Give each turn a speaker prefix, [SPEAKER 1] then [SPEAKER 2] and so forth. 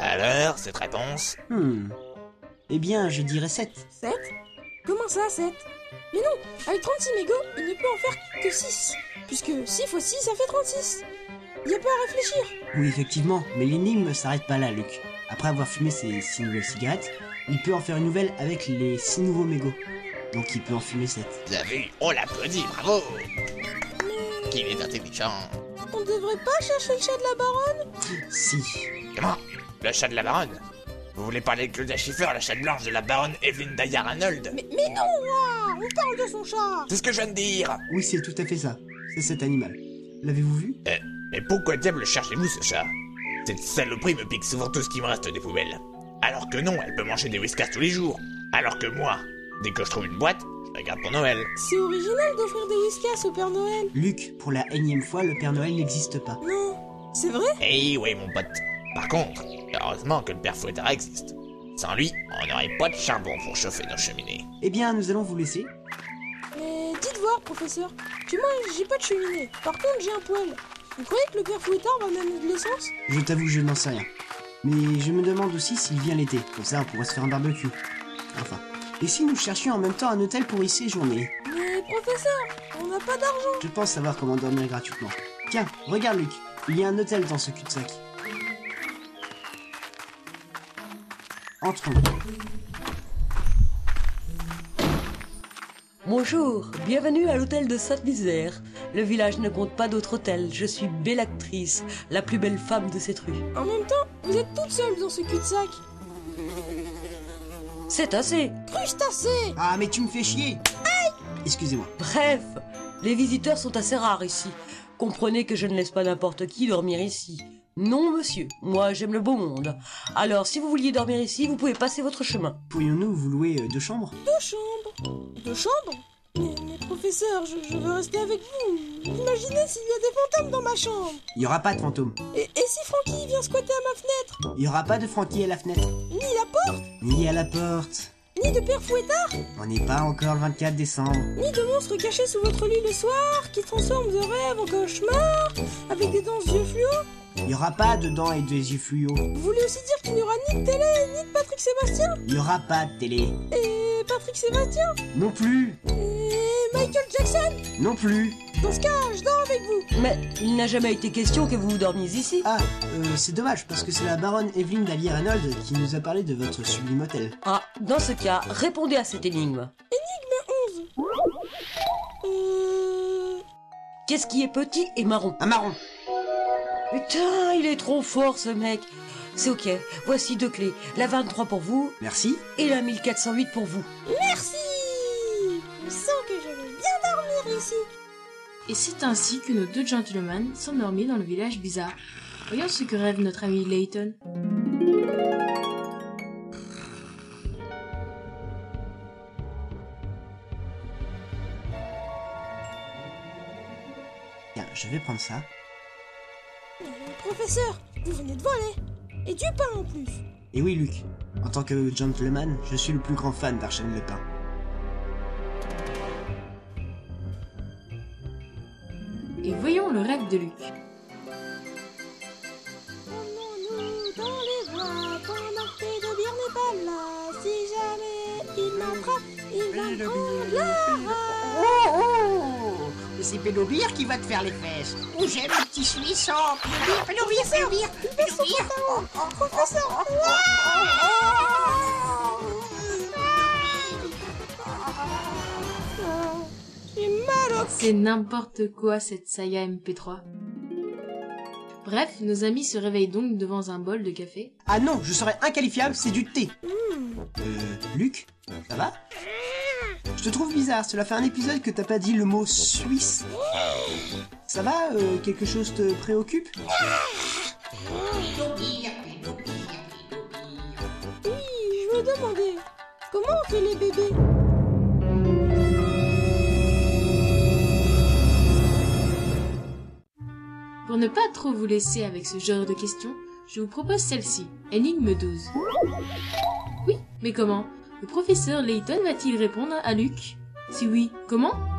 [SPEAKER 1] Alors, cette réponse
[SPEAKER 2] Hmm. Eh bien, je dirais 7.
[SPEAKER 3] 7 Comment ça, 7 Mais non, avec 36 mégots, il ne peut en faire que 6. Puisque 6 fois 6, ça fait 36. Il a pas à réfléchir.
[SPEAKER 2] Oui, effectivement, mais l'énigme s'arrête pas là, Luc. Après avoir fumé ses 6 nouvelles cigarettes, il peut en faire une nouvelle avec les 6 nouveaux mégots. Donc il peut en fumer 7.
[SPEAKER 1] Bien vu, on l'applaudit, bravo Qu'il est intelligent
[SPEAKER 3] On ne devrait pas chercher le chat de la baronne
[SPEAKER 2] Si.
[SPEAKER 1] Comment Le chat de la baronne Vous voulez parler de Claudia Schiffer, la chatte blanche de la baronne Evelyn Dyer Arnold
[SPEAKER 3] Mais, mais non, ouah, on parle de son chat.
[SPEAKER 1] C'est ce que je viens de dire
[SPEAKER 2] Oui, c'est tout à fait ça. C'est cet animal. L'avez-vous vu
[SPEAKER 1] Eh, mais pourquoi diable cherchez-vous ce chat Cette saloperie me pique souvent tout ce qui me reste des poubelles. Alors que non, elle peut manger des whiskas tous les jours. Alors que moi, dès que je trouve une boîte, je la garde pour Noël.
[SPEAKER 3] C'est original d'offrir des whiskas au Père Noël.
[SPEAKER 2] Luc, pour la énième fois, le Père Noël n'existe pas.
[SPEAKER 3] Non, c'est vrai
[SPEAKER 1] Eh oui, mon pote. Par contre, heureusement que le père Fouettard existe. Sans lui, on n'aurait pas de charbon pour chauffer nos cheminées.
[SPEAKER 2] Eh bien, nous allons vous laisser.
[SPEAKER 3] Mais dites voir, professeur. Du moins, j'ai pas de cheminée. Par contre, j'ai un poêle. Vous croyez que le père Fouettard va m'amener de l'essence
[SPEAKER 2] Je t'avoue, je n'en sais rien. Mais je me demande aussi s'il vient l'été. Comme ça, on pourrait se faire un barbecue. Enfin. Et si nous cherchions en même temps un hôtel pour y séjourner
[SPEAKER 3] Mais professeur, on n'a pas d'argent.
[SPEAKER 2] Je pense savoir comment dormir gratuitement. Tiens, regarde Luc, il y a un hôtel dans ce cul-de-sac. Entrons.
[SPEAKER 4] Bonjour, bienvenue à l'hôtel de Sainte-Misère. Le village ne compte pas d'autres hôtels. Je suis belle actrice, la plus belle femme de cette rue.
[SPEAKER 3] En même temps, vous êtes toute seule dans ce cul-de-sac.
[SPEAKER 4] C'est assez.
[SPEAKER 3] Crustacé
[SPEAKER 2] Ah, mais tu me fais chier Excusez-moi.
[SPEAKER 4] Bref, les visiteurs sont assez rares ici. Comprenez que je ne laisse pas n'importe qui dormir ici. Non, monsieur, moi j'aime le beau monde. Alors, si vous vouliez dormir ici, vous pouvez passer votre chemin.
[SPEAKER 2] Pourrions-nous vous louer euh, deux chambres
[SPEAKER 3] Deux chambres. Deux chambres mais, mais professeur, je, je veux rester avec vous. Imaginez s'il y a des fantômes dans ma chambre.
[SPEAKER 2] Il y aura pas de fantôme.
[SPEAKER 3] Et, et si Francky vient squatter à ma fenêtre
[SPEAKER 2] Il y aura pas de Francky à la fenêtre.
[SPEAKER 3] Ni la porte,
[SPEAKER 2] Ni à la porte.
[SPEAKER 3] ni de père Fouettard,
[SPEAKER 2] On n'est pas encore le 24 décembre.
[SPEAKER 3] ni de monstres cachés sous votre lit le soir qui transforment de rêves en cauchemars avec des danses yeux fluo.
[SPEAKER 2] Il y aura pas de dents et des yeux fluo.
[SPEAKER 3] Vous voulez aussi dire qu'il n'y aura ni de télé, ni de Patrick Sébastien
[SPEAKER 2] Il y aura pas de télé.
[SPEAKER 3] Et Patrick Sébastien
[SPEAKER 2] Non plus.
[SPEAKER 3] Et Michael Jackson
[SPEAKER 2] Non plus.
[SPEAKER 3] Dans ce cas, je dors avec vous
[SPEAKER 4] Mais il n'a jamais été question que vous dormiez ici.
[SPEAKER 2] Ah, euh, c'est dommage parce que c'est la baronne Evelyn Daly Reynolds qui nous a parlé de votre sublime hôtel.
[SPEAKER 4] Ah, dans ce cas, répondez à cette énigme.
[SPEAKER 3] Euh...
[SPEAKER 4] Qu'est-ce qui est petit et marron
[SPEAKER 2] Un marron.
[SPEAKER 4] Putain, il est trop fort ce mec. C'est ok, voici deux clés. La 23 pour vous
[SPEAKER 2] Merci.
[SPEAKER 4] et la 1408 pour vous.
[SPEAKER 3] Merci Je sens que je vais bien dormir ici
[SPEAKER 5] Et c'est ainsi que nos deux gentlemen s'endormirent dans le village bizarre. Voyons ce que rêve notre ami Layton.
[SPEAKER 2] Tiens, je vais prendre ça.
[SPEAKER 3] Euh, Professeur, vous venez de voler Et du pain en plus
[SPEAKER 2] Et oui, Luc. En tant que gentleman, je suis le plus grand fan d'Arsène Lupin.
[SPEAKER 5] Et voyons le rêve de Luc.
[SPEAKER 3] Promenons-nous dans les bois pendant que de bière n'est pas là Si jamais il m'attrape, il va me prendre la rage.
[SPEAKER 6] Mais c'est Pédobir qui va te faire les fesses. Ou j'aime le petit suisse. Oh, Pédobir, Pédobir, Pédobir, Pédobir. Oh, oh, oh, oh, oh, oh,
[SPEAKER 3] Ah, J'ai mal au
[SPEAKER 5] C'est n'importe quoi cette Saya MP3. Bref, nos amis se réveillent donc devant un bol de café.
[SPEAKER 2] Ah non, je serais inqualifiable, c'est du thé. Euh, Luc, ça va Je te trouve bizarre, cela fait un épisode que t'as pas dit le mot suisse. Ça va euh, Quelque chose te préoccupe
[SPEAKER 6] Pédobir, Pédobir, Pédobir.
[SPEAKER 3] Oui, je me demandais, comment on fait les bébés
[SPEAKER 5] Pour ne pas trop vous laisser avec ce genre de questions, je vous propose celle-ci, énigme 12. Oui, mais comment Le professeur Layton va-t-il répondre à Luc Si oui, comment